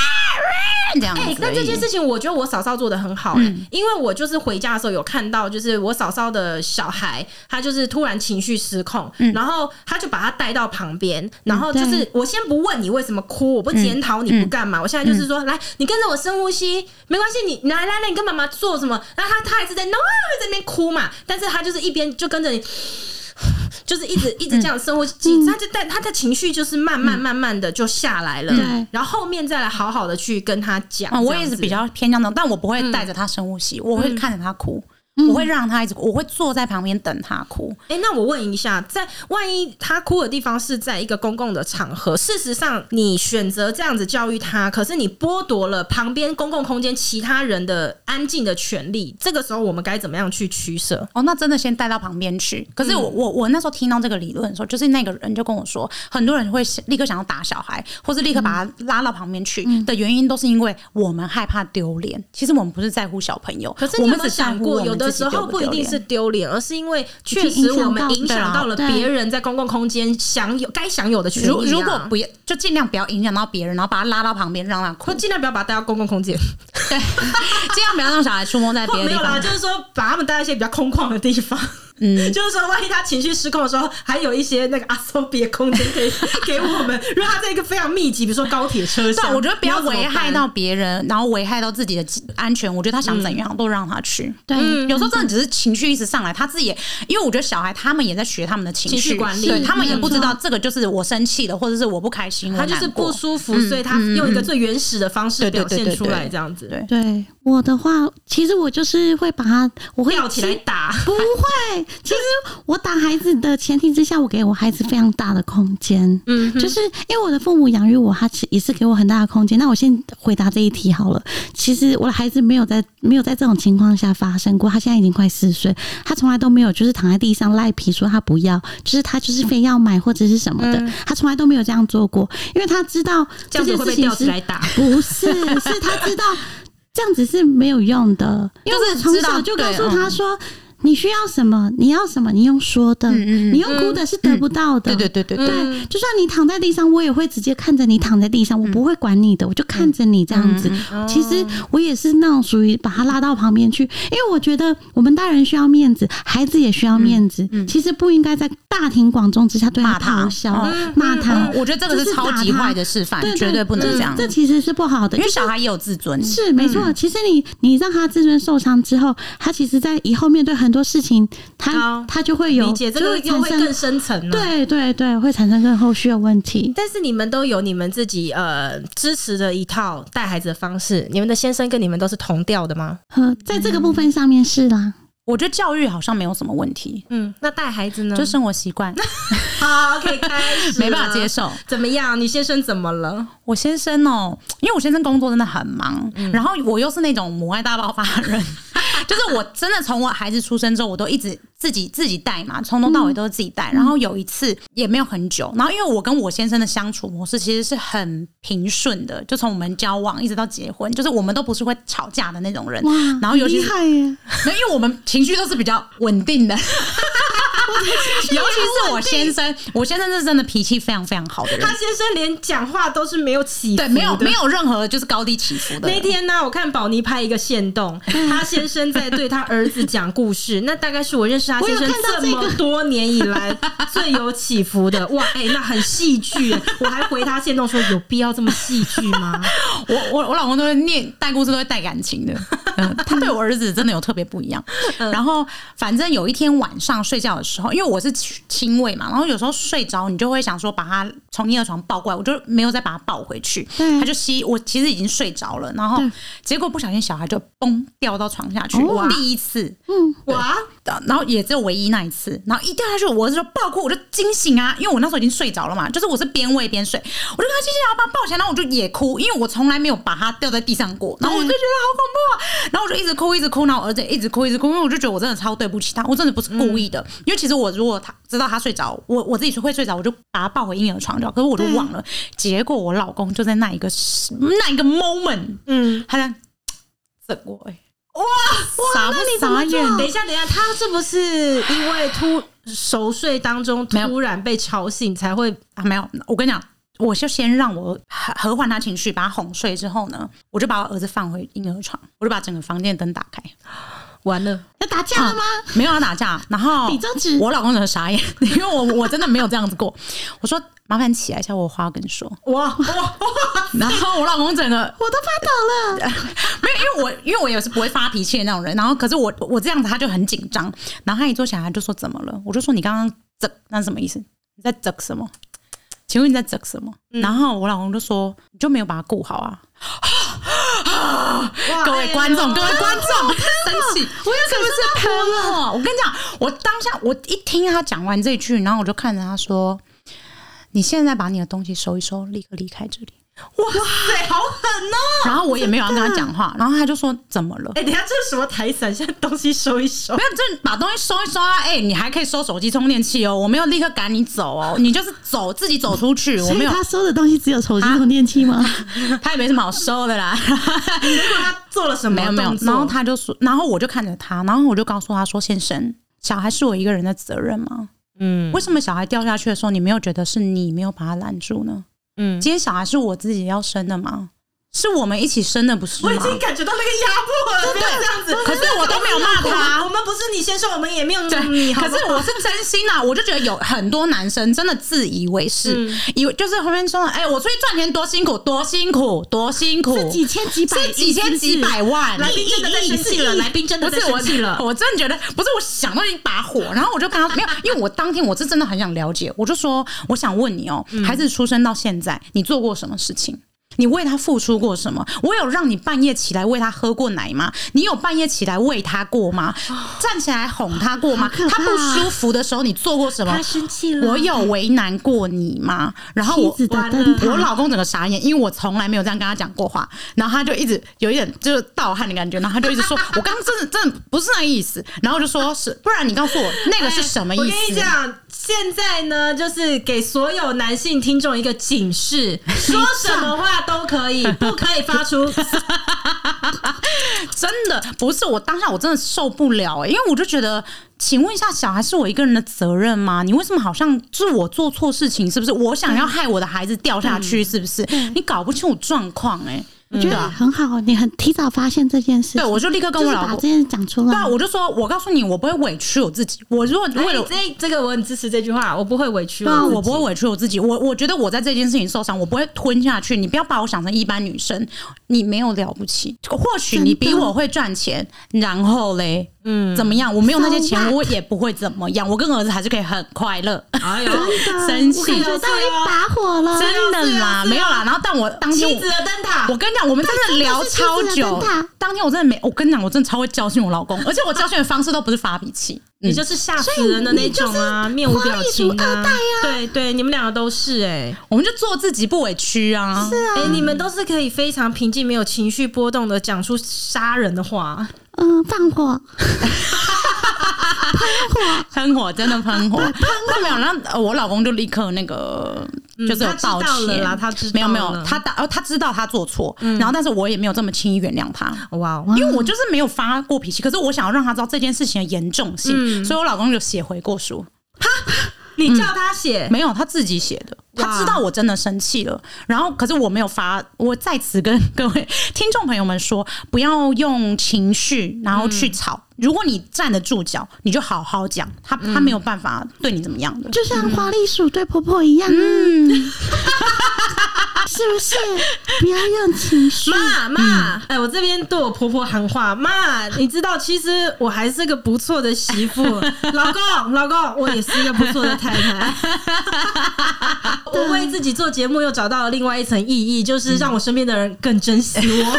Speaker 2: 这样子而
Speaker 1: 哎、
Speaker 2: 已。
Speaker 1: 那这件事情我觉得我嫂嫂做的很好、
Speaker 2: 嗯
Speaker 1: 因为我就是回家的时候有看到，就是我嫂嫂的小孩，他就是突然情绪失控，
Speaker 2: 嗯
Speaker 1: 然后他就把他带到旁边，然后就是我先不问你为什么哭，我不
Speaker 2: 嗯
Speaker 1: 检讨你不干嘛、我现在就是说，来，你跟着我深呼吸，没关系，你来来来，你跟妈妈做什么？然后他他还是在 no 在那边哭嘛，但是他就是一边就跟着你。就是一直一
Speaker 2: 嗯
Speaker 1: 直这样生活，他就但他的情绪就是慢慢慢慢的就下来了，
Speaker 3: 对
Speaker 1: 然后后面再来好好的去跟他讲。
Speaker 2: 啊，我
Speaker 1: 这
Speaker 2: 也
Speaker 1: 样
Speaker 2: 是
Speaker 1: 子嗯
Speaker 2: 比较偏向那种，但我不会带着他深呼吸，我会看着他哭，我会让他一直哭，我会坐在旁边等他哭。
Speaker 1: 哎、那我问一下，在万一他哭的地方是在一个公共的场合，事实上你选择这样子教育他，可是你剥夺了旁边公共空间其他人的安静的权利，这个时候我们该怎么样去取舍？
Speaker 2: 哦，那真的先带到旁边去。可是我、
Speaker 1: 嗯
Speaker 2: 我我那时候听到这个理论的时候，就是那个人就跟我说，很多人会想立刻想要打小孩，或是立刻
Speaker 1: 嗯
Speaker 2: 把他拉到旁边去、的原因，都是因为我们害怕丢脸。其实我们不是在乎小朋友，
Speaker 1: 可是
Speaker 2: 我
Speaker 1: 你有
Speaker 2: 们
Speaker 1: 没有
Speaker 2: 只在
Speaker 1: 想
Speaker 2: 乎我
Speaker 1: 过，
Speaker 2: 们
Speaker 1: 有的
Speaker 2: 自己
Speaker 1: 时
Speaker 2: 丢
Speaker 1: 候不一
Speaker 2: 丢
Speaker 1: 定
Speaker 2: 脸
Speaker 1: 是丢脸，而是因为确实我们影响到了
Speaker 3: 对啊
Speaker 1: 别人在公共空间享有该享有的权利、
Speaker 2: 如
Speaker 1: 啊。
Speaker 2: 如果不要，就尽量不要影响到别人，然后把他拉到旁边让他哭
Speaker 1: 或，尽量不要把他带到公共空间，
Speaker 2: 尽量不要让小孩出没在
Speaker 1: 或
Speaker 2: 别
Speaker 1: 没
Speaker 2: 的地
Speaker 1: 有啦，
Speaker 2: 方。
Speaker 1: 就是说把他们带到一些比较空旷的地方。
Speaker 2: 嗯，
Speaker 1: 就是说，万一他情绪失控的时候，还有一些那个阿松别空间可以给 我们。如果他在一个非常密集，比如说高铁车
Speaker 2: 对啊，
Speaker 1: 厢，
Speaker 2: 我觉得不
Speaker 1: 你
Speaker 2: 要
Speaker 1: 要怎么
Speaker 2: 危害
Speaker 1: 办
Speaker 2: 到别人，然后危害到自己的安全。我觉得他想怎样都让他去。
Speaker 3: 对，
Speaker 1: 嗯
Speaker 2: 有时候真的只是情绪一直上来，他自己也，因为我觉得小孩他们也在学他们的情
Speaker 1: 情绪管理
Speaker 2: 对
Speaker 1: 嗯
Speaker 2: 他们也不知道
Speaker 3: 没
Speaker 2: 这个就是我生气了，或者是我不开心，
Speaker 1: 他
Speaker 2: 我
Speaker 1: 就是
Speaker 2: 难
Speaker 1: 不
Speaker 2: 过
Speaker 1: 舒服，所以他用一个最原始的方式
Speaker 2: 对对
Speaker 1: 表
Speaker 2: 对
Speaker 1: 现
Speaker 2: 对
Speaker 1: 出
Speaker 2: 对
Speaker 1: 来，这样子
Speaker 2: 对
Speaker 3: 对我的话，其实我就是会把他，我会
Speaker 1: 吊起来打。
Speaker 3: 不会，其实我打孩子的前提之下，我给我孩子非常大的空间。
Speaker 1: 嗯哼，
Speaker 3: 就是因为我的父母养育我，他其也是给我很大的空间。那我先回答这一题好了。其实我的孩子没有在没有在这种情况下发生过，他现在已经快四岁，他从来都没有就是躺在地上赖皮说他不要，就是他就是非要买或者是什么的，他从来都没有这样做过，因为他知道
Speaker 1: 这
Speaker 3: 嗯这
Speaker 1: 样子
Speaker 3: 件
Speaker 1: 会不
Speaker 3: 事
Speaker 1: 会
Speaker 3: 情
Speaker 1: 吊起
Speaker 3: 是
Speaker 1: 来打？
Speaker 3: 不是，是他知道这样子是没有用的，因为
Speaker 2: 就是
Speaker 3: 我从
Speaker 2: 知道
Speaker 3: 小就告
Speaker 2: 对
Speaker 3: 诉他说。你需要什么？你要什么？你用说的，
Speaker 2: 嗯嗯嗯
Speaker 3: 你用哭的是得不到的。
Speaker 2: 对对对对对，
Speaker 1: 嗯
Speaker 3: 对，就算你躺在地上，我也会直接看着你躺在地上，我不会管你的，我就看着你这样子。其实我也是那种属于把他拉到旁边去，因为我觉得我们大人需要面子，孩子也需要面子。其实不应该在大庭广众之下对
Speaker 2: 骂他
Speaker 3: 咆哮
Speaker 2: 嗯、
Speaker 3: 啊骂
Speaker 2: 嗯
Speaker 3: 他，
Speaker 2: 我觉得这个
Speaker 3: 就是是
Speaker 2: 超
Speaker 3: 打
Speaker 2: 级
Speaker 3: 他
Speaker 2: 坏的示范，
Speaker 3: 对
Speaker 2: 绝对不能这
Speaker 1: 嗯
Speaker 2: 样，嗯
Speaker 3: 这其实是不好的，
Speaker 2: 因为
Speaker 3: 就是
Speaker 2: 小孩也有自尊，
Speaker 3: 是没错，其实你你让他自尊受伤之后，他其实在以后面对很多事情，
Speaker 1: 好
Speaker 3: 他他就会有
Speaker 1: 理解这
Speaker 3: 就
Speaker 1: 个
Speaker 3: 会
Speaker 1: 又
Speaker 3: 产
Speaker 1: 会
Speaker 3: 生
Speaker 1: 更深层啊了。。
Speaker 3: 对对对，会产生更后续的问题。
Speaker 1: 但是你们都有你们自己呃支持的一套带孩子的方式，你们的先生跟你们都是同调的吗？
Speaker 3: 呃，在这个部分上面是啦，
Speaker 2: 我觉得教育好像没有什么问题，
Speaker 1: 嗯，啊那带孩子呢？
Speaker 2: 就生活 习惯
Speaker 1: 好，OK，开始了，
Speaker 2: 没办法接受。
Speaker 1: 怎么样？你先生怎么了？
Speaker 2: 我先生哦，因为我先生工作真的很忙，
Speaker 1: 嗯
Speaker 2: 然后我又是那种母爱大爆发的人， 就是我真的从我孩子出生之后，我都一直自己自己带嘛，从头到
Speaker 1: 嗯
Speaker 2: 尾都是自己带。然后有一次也没有很久，然后因为我跟我先生的相处模式其实是很平顺的，就从我们交往一直到结婚，就是我们都不是会吵架的那种人
Speaker 3: 哇，，
Speaker 2: 然后尤其
Speaker 3: 厉
Speaker 2: 是
Speaker 3: 害耶，
Speaker 2: 没有，因为我们情绪都是比较稳定的。 尤其是我先生，我先生是真的脾气非常非常好的人
Speaker 1: 他，先生连讲话都是没有起伏
Speaker 2: 对，
Speaker 1: 的，
Speaker 2: 没有没。有任何就是高低起伏的。
Speaker 1: 那天呢、我看宝妮拍一个线动，他先生在对他儿子讲故事， 那大概是我认识他先
Speaker 3: 我
Speaker 1: 生
Speaker 3: 有看到
Speaker 1: 这
Speaker 3: 这个
Speaker 1: 么多年以来最有起伏的。哇，哎、那很戏剧。我还回他线动说，有必要这么戏剧吗？
Speaker 2: 我我我老公都会念带故事，都会带感情的。嗯，他对我儿子真的有特别不一样。然后反正有一天晚上睡觉的时候，因为我是亲喂嘛，然后有时候睡着你就会想说把他从婴儿床抱过来，我就没有再把他抱回去，
Speaker 3: 对
Speaker 2: 他就吸我其实已经睡着了，然后结果不小心小孩就嘣掉到床下去，
Speaker 3: 哦
Speaker 2: 第一次。
Speaker 3: 嗯，
Speaker 1: 哇，
Speaker 2: 然后也只有唯一那一次，然后一掉下去，我儿子就爆哭，我就惊醒啊，因为我那时候已经睡着了嘛，就是我是边喂边睡，我就跟他惊醒，然后把他抱起来，然后我就也哭，因为我从来没有把他掉在地上过，然后我就觉得好恐怖、啊，然后我就一直哭，一直哭，然后我儿子也一直哭，一直哭，因为我就觉得我真的超对不起他，我真的不是故意的，
Speaker 3: 嗯
Speaker 2: 因为其实我如果他知道他睡着，我我自己会睡着，我就把他抱回婴儿床上，可是我就
Speaker 3: 对
Speaker 2: 忘了，结果我老公就在那一个时那一个 moment，
Speaker 1: 嗯，
Speaker 2: 他在整我、欸，
Speaker 1: 傻
Speaker 3: 那你怎么做
Speaker 1: 等一下，等一下，他是不是因为突熟睡当中
Speaker 2: 没有
Speaker 1: 突然被吵醒才会？
Speaker 2: 啊，没有，我跟你讲，我就先让我和和缓他情绪，把他哄睡之后呢，我就把我儿子放回婴儿床，我就把整个房间灯打开，
Speaker 1: 完了，
Speaker 3: 要打架了吗？
Speaker 2: 没有要打架，然后
Speaker 3: 比中指
Speaker 2: 我老公整个傻眼， 因为我我真的没有这样子过，我说麻烦起来一下，我有话要跟你说，
Speaker 1: 哇，
Speaker 2: 然后我老公整个
Speaker 3: 我都
Speaker 2: 哦
Speaker 3: 发抖了，
Speaker 2: 没有，因为我因为我也是不会发脾气的那种人，然后可是我我这样子他就很紧张，然后他一坐下来他就说怎么了？我就说你刚刚整那是什么意思？你在整什么？请问你在整什么？然后我老公就说你就没有把他顾好啊！
Speaker 1: 哇哎
Speaker 2: 各位观众，各位观众，生气，
Speaker 3: 我有感受到疼了。
Speaker 2: 我跟你讲，我当下我一听他讲完这句，然后我就看着他说：“你现在把你的东西收一收，立刻离开这里。
Speaker 1: 哇塞，好狠哦！”
Speaker 2: 然后我也没有要跟他讲话， 然后他就说：“怎么啊了？”
Speaker 1: 哎、等一下这是什么台伞？现在东西收一 收
Speaker 2: 没。有，就把东西收一收啊！哎、你还可以收手机充电器哦，我没有立刻赶你走哦，你就是走自己走出 去，我
Speaker 3: 所
Speaker 2: 没
Speaker 3: 以
Speaker 2: 有，啊
Speaker 3: 他收的东西只有手机充电器吗？
Speaker 2: 他也没什么好收的啦。
Speaker 1: 结果他做了什么
Speaker 2: 没有没有
Speaker 1: 动，作
Speaker 2: 然后他就说，然后我就看着他，然后我就告诉他说：“先生，小孩是我一个人的责任吗？
Speaker 1: 嗯
Speaker 2: 为什么小孩掉下去的时候，你没有觉得是你没有把他拦住呢？
Speaker 1: 嗯
Speaker 2: 今天小孩是我自己要生的吗？是我们一起生的，不是
Speaker 1: 我已
Speaker 2: 吗？
Speaker 1: 经感觉到那个压迫了，不要这样子。
Speaker 2: 可是我都没有骂他
Speaker 1: 我们不是你先生，我们也没有
Speaker 2: 对，
Speaker 1: 你。好
Speaker 2: 可
Speaker 1: 不好
Speaker 2: 是我是真心的、我就觉得有很多男生真的自以为是，以为就是后面说，哎、我出去赚钱多辛苦，多辛苦，多辛苦，
Speaker 3: 是几千几百
Speaker 2: 是几千几百万，
Speaker 1: 来宾真的在生气了，来宾真的
Speaker 2: 不
Speaker 1: 在
Speaker 2: 是我
Speaker 1: 生气了。
Speaker 2: 我真的觉得不是我想到一把 火，然后我就跟他没有，因为我当天我是真的很想了解，我就说我想问你哦、
Speaker 1: 嗯
Speaker 2: 孩子出生到现在，你做过什么事情？你为他付出过什么？我有让你半夜起来喂他喝过奶吗？你有半夜起来喂他过吗？
Speaker 1: 哦
Speaker 2: 站起来哄他过吗？
Speaker 3: 好可怕
Speaker 2: 他不舒服的时候你做过什么
Speaker 1: 他？生气了，
Speaker 2: 我有为难过你吗？然后
Speaker 3: 妻
Speaker 2: 我
Speaker 3: 子的
Speaker 1: 完
Speaker 3: 灯
Speaker 1: 了
Speaker 3: 塔，
Speaker 2: 我老公整个傻眼，因为我从来没有这样跟他讲过话，然后他就一直有一点就是盗汗的感觉，然后他就一直说：“我刚刚真的真的不是那个意思。”然后我就说：“是，不然你告诉 我那个是什么
Speaker 1: 哎我
Speaker 2: 意
Speaker 1: 跟你
Speaker 2: 思？”
Speaker 1: 讲，现在呢，就是给所有男性听众一个警示： 说什么话都可以，不可以发出。
Speaker 2: 真的不是我当下我真的受不了、欸，因为我就觉得，请问一下，小孩是我一个人的责任吗？你为什么好像是我做错事情，是不是？我想要害我的孩子掉下去，是不是？你搞不清楚状况、欸，哎，
Speaker 3: 我觉得很好，你很提早发现这件事情，
Speaker 2: 对我就立刻跟
Speaker 3: 就
Speaker 2: 我
Speaker 3: 是
Speaker 2: 老
Speaker 3: 把
Speaker 2: 公
Speaker 3: 这。件事讲出来。
Speaker 2: 对啊，我就说，我告诉你，我不会委屈我自己。我如果为了
Speaker 1: 哎这这个我很支持这句话，我不会委屈
Speaker 2: 对啊，
Speaker 1: 我自己
Speaker 2: 我不会委屈我自己。我我觉得我在这件事情受伤，我不会吞下去。你不要把我想成一般女生，你没有了不起。或许你比我会赚钱，然后嘞，嗯，怎么样？我没有那些
Speaker 3: So
Speaker 2: 钱，
Speaker 3: what？
Speaker 2: 我也不会怎么样。我跟儿子还是可以很快乐。
Speaker 1: 哎 呦，
Speaker 3: 真的
Speaker 2: 生气
Speaker 3: 嗯我感觉到一把火了，
Speaker 2: 真的啦，没有啦。然后，但我当天
Speaker 1: 妻
Speaker 2: 我
Speaker 1: 子的灯塔
Speaker 2: 我，跟你讲，我们真的聊超
Speaker 3: 但真的是妻子的
Speaker 2: 久
Speaker 3: 灯塔。
Speaker 2: 当天我真的没，我跟你讲，我真的超会教训我老公，而且我教训的方式都不是发脾气。
Speaker 3: 嗯
Speaker 2: 嗯
Speaker 1: 你就是吓死人的那种啊，面无表情
Speaker 3: 花栗鼠二代啊
Speaker 1: 对对，你们两个都是哎、
Speaker 2: 我们就做自己，不委屈啊。是啊，
Speaker 1: 哎、你们都是可以非常平静、没有情绪波动的讲出杀人的话。
Speaker 3: 嗯，放火，
Speaker 2: 喷火真的 喷火，但没有让呃我老公就立刻那个就是有道
Speaker 1: 嗯他知道了
Speaker 2: 歉
Speaker 1: 啦他知道
Speaker 2: 没有没有
Speaker 1: 了嗯
Speaker 2: 他打哦他知道他做错，然后但是我也没有这么轻易原谅他。
Speaker 1: 哇哦，
Speaker 2: 因为我就是没有发过脾气，可是我想要让他知道这件事情的严重性，
Speaker 1: 嗯
Speaker 2: 所以我老公就写悔过书，
Speaker 1: 你叫他写、
Speaker 3: 嗯
Speaker 2: 没有他自己写的，
Speaker 1: 哇
Speaker 2: 他知道我真的生气了，然后可是我没有发，我在此跟 各位听众朋友们说，不要用情绪然后去
Speaker 1: 嗯
Speaker 2: 吵，如果你站得住脚，你就好好讲，他
Speaker 1: 嗯
Speaker 2: 他没有办法对你怎么样的，
Speaker 3: 就像花栗鼠对婆婆一样，嗯， 是不是？不要用情绪，
Speaker 1: 妈妈，
Speaker 3: 嗯
Speaker 1: 哎、我这边对我婆婆喊话，妈，你知道，其实我还是个不错的媳 妇，老公，老公，我也是一个不错的太 太。我为自己做节目又找到了另外一层意义，
Speaker 3: 嗯
Speaker 1: 就是让我身边的人更珍惜我。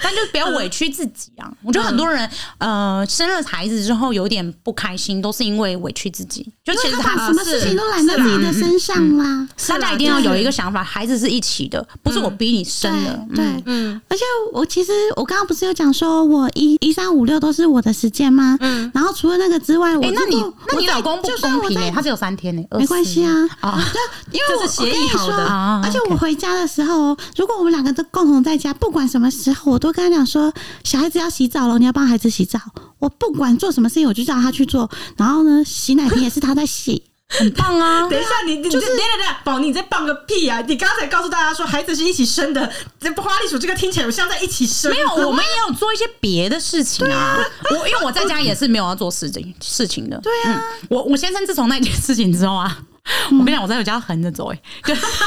Speaker 2: 但就不要委屈自己啊！我觉得很多人，呃，生了孩子之后有点不开心，都是因为委屈自己。就
Speaker 3: 因
Speaker 2: 其
Speaker 3: 为
Speaker 2: 实
Speaker 3: 他把
Speaker 2: 他
Speaker 3: 什么事情都揽在
Speaker 2: 啊
Speaker 3: 自己的身上啦。
Speaker 1: 是
Speaker 2: 大
Speaker 1: 啦
Speaker 2: 家一定要有一个想法，孩子是一起的，不是我逼你
Speaker 3: 对
Speaker 2: 生的。
Speaker 3: 对
Speaker 2: 嗯，，
Speaker 1: 嗯，
Speaker 3: 而且我其实我刚刚不是有讲说我一一三五六都是我的时间吗？
Speaker 1: 嗯
Speaker 3: 嗯，然后除了那个之外，我
Speaker 2: 哎，那
Speaker 3: 如
Speaker 2: 你
Speaker 3: 果
Speaker 2: 那你
Speaker 3: 我在
Speaker 2: 老公不
Speaker 3: 就算
Speaker 2: 公
Speaker 3: 我
Speaker 2: 平
Speaker 3: 在
Speaker 2: 哎，他只有三天呢，
Speaker 3: 没关
Speaker 2: 24
Speaker 3: 系啊，
Speaker 2: 啊。
Speaker 3: 因为我
Speaker 1: 这是协
Speaker 3: 我跟
Speaker 1: 议
Speaker 3: 你
Speaker 1: 好的
Speaker 3: 说
Speaker 2: 啊
Speaker 3: 而且我回家的时候哦，如果我们两个都共同在家，不管什么时候，我都跟他讲说，小孩子要洗澡了，你要帮孩子洗澡。我不管做什么事情，我就叫他去做。然后呢，洗奶瓶也是他在洗，
Speaker 2: 很棒啊！
Speaker 1: 等一下，你你就是等一下等一下，宝妮，你在棒个屁啊！你刚才告诉大家说孩子是一起生的，这花栗鼠这个听起来有像在一起生，
Speaker 2: 没有，我们也有做一些别的事情啊。我因为我在家也是没有要做事情事情的。对啊，我我先生自从那件事情之后啊。
Speaker 3: 嗯
Speaker 2: 我跟你讲，我在我家横着走、欸，哎，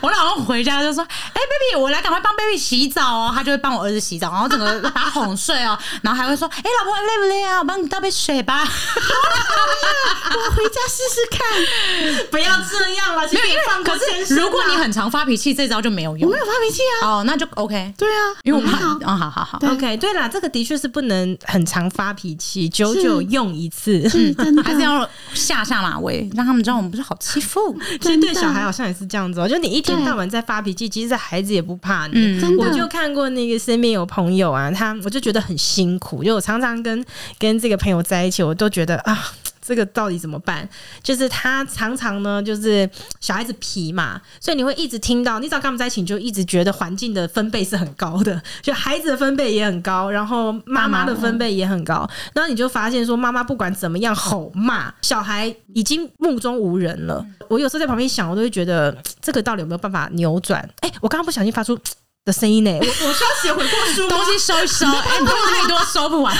Speaker 2: 我老公回家就说：“哎、b a b y 我来赶快帮 baby 洗澡哦。”他就会帮我儿子洗澡，然后整 个把他哄睡哦，然后还会说：“哎、老婆累不累啊？我帮你倒杯水吧。
Speaker 3: 我回家试试看。
Speaker 1: 不要这样了，”
Speaker 2: 没
Speaker 1: 请
Speaker 2: 有，因
Speaker 1: 你
Speaker 2: 为
Speaker 1: 放过
Speaker 2: 可
Speaker 1: 先
Speaker 2: 是
Speaker 1: 生啊
Speaker 2: 如果你很常发脾气，这招就没有
Speaker 3: 我
Speaker 2: 用
Speaker 3: 没有发脾气啊，
Speaker 2: 哦，那就 OK。
Speaker 3: 对啊，
Speaker 2: 因为我们
Speaker 3: 还好
Speaker 2: 啊、好好好，
Speaker 3: 对
Speaker 1: OK，对啦，这个的确是不能很常发脾气，久久用一次。
Speaker 3: 是真的，
Speaker 2: 还是啊要下下马威，让他们知道我们不是好欺负。
Speaker 1: 其实对
Speaker 3: 真的
Speaker 1: 小孩好像也是这样子哦、就你一天
Speaker 3: 对
Speaker 1: 到晚在发脾气，其实孩子也不怕你。
Speaker 2: 嗯
Speaker 3: 真的啊
Speaker 1: 我就看过那个身边有朋友啊，他我就觉得很辛苦，就我常常跟跟这个朋友在一起，我都觉得啊，这个到底怎么办？就是他常常呢，就是小孩子皮嘛，所以你会一直听到，你只要跟他们在一起，你就一直觉得环境的分贝是很高的，就孩子的分贝也很高，然后妈妈的分贝也很高，然后你就发现说，妈妈不管怎么样吼骂，小孩已经目中无人了。我有时候在旁边想，我都会觉得这个到底有没有办法扭转？哎、我刚刚不小心发出。的声音呢？啊我我需要写悔过
Speaker 3: 啊
Speaker 1: 书吗
Speaker 2: 东？西收一收，哎、你东西太多收不完，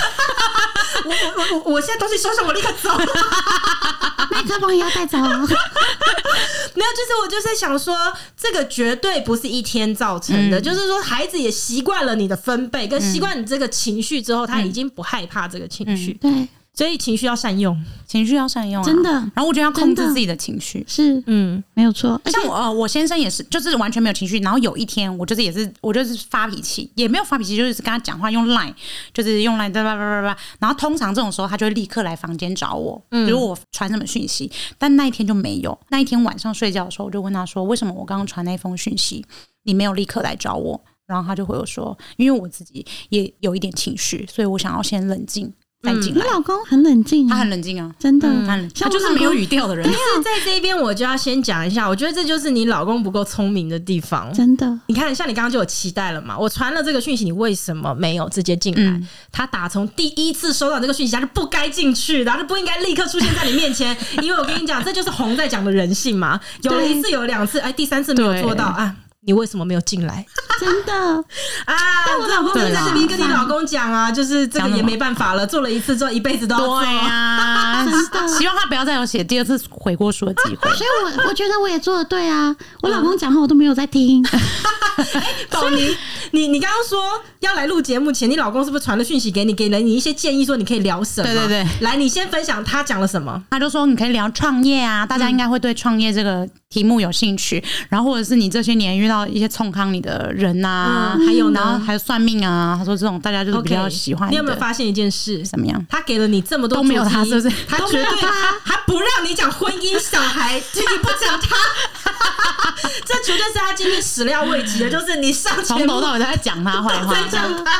Speaker 1: 我我我我现在东西收拾，我立刻走。
Speaker 3: 麦克风也要带走哦。
Speaker 1: 没有，就是我就是在想说，这个绝对不是一天造成的，就是说孩子也习惯了你的分贝，跟习惯你这个情绪之后，他已经不害怕这个情绪，
Speaker 3: 对，
Speaker 1: 所以情绪要善用。
Speaker 2: 情绪要善用、啊，
Speaker 3: 真的
Speaker 2: 然后我觉得要控
Speaker 3: 真
Speaker 2: 制
Speaker 3: 的
Speaker 2: 自己的情绪。
Speaker 3: 是
Speaker 1: 嗯，
Speaker 3: 没有错。而且
Speaker 2: 像我，呃，我先生也是，就是完全没有情绪。然后有一天，我就是也是，我就是发脾气，也没有发脾气，就是跟他讲话用 Line，就是用 Line，叭叭叭叭叭。然后通常这种时候，他就会立刻来房间找我，
Speaker 3: 嗯
Speaker 2: 比如我传什么讯息。但那一天就没有。那一天晚上睡觉的时候，我就问他说：“为什么我刚刚传那封讯息，你没有立刻来找我？”然后他就回我说：“因为我自己也有一点情绪，所以我想要先冷静再进
Speaker 3: 你
Speaker 2: 来。
Speaker 3: 老公很冷静
Speaker 2: 他
Speaker 3: 啊
Speaker 2: 很，冷静啊，
Speaker 3: 真的。
Speaker 2: 他很冷静，
Speaker 3: 嗯
Speaker 2: 他
Speaker 3: 像我
Speaker 2: 就是
Speaker 3: 老
Speaker 2: 没有
Speaker 3: 公
Speaker 2: 语调的人
Speaker 3: 对。啊，
Speaker 1: 在这一边我就要先讲一下，我觉得这就是你老公不够聪明的地方。
Speaker 3: 真的
Speaker 1: 你看，像你刚刚就有期待了嘛？我传了这个讯息，你为什么没有直接进来？
Speaker 2: 嗯
Speaker 1: 他打从第一次收到这个讯息，他就不该进去的，他就不应该立刻出现在你面前。因为我跟你讲，这就是红在讲的人性嘛。有了一次，有了两次，哎，第三次没有做到啊，你为什么没有进来
Speaker 3: 真的，
Speaker 1: 啊？
Speaker 3: 但我老公
Speaker 1: 就在这边跟你
Speaker 3: 对啦
Speaker 1: 老公讲啊，就是这个也没办法了，做了一次之后一辈子都要做。啊
Speaker 2: 对 啊呀、
Speaker 3: 真的
Speaker 2: 希望他不要再有写第二次悔过书的机会。
Speaker 3: 所以我我觉得我也做的对啊。我老公讲话我都没有在听，
Speaker 1: 宝妮，你你刚刚说要来录节目前，你老公是不是传了讯息给你，给了你一些建议，说你可以聊什么？
Speaker 2: 对对对，
Speaker 1: 来，你先分享他讲了什么。
Speaker 2: 他就说你可以聊创业啊，大家应该会对创业这个题目有兴趣。然后或者是你这些年遇到一些冲康你的人呐、啊，
Speaker 1: 嗯还有呢
Speaker 2: 然后还有算命啊，他说这种大家就是比较喜欢的。
Speaker 1: 你有没有发现一件事？
Speaker 2: 怎么样？
Speaker 1: 他给了你这么多
Speaker 2: 都没有
Speaker 1: 主题
Speaker 2: 他是不是
Speaker 1: 他
Speaker 3: 都
Speaker 1: 绝
Speaker 3: 没有
Speaker 1: 对
Speaker 3: 他
Speaker 1: 他不让你讲婚姻、小孩， 你不讲他，这绝对是他今天始料未 及的，就是你上
Speaker 2: 从
Speaker 1: 前
Speaker 2: 头到尾都在讲他坏 话
Speaker 1: 在，讲他，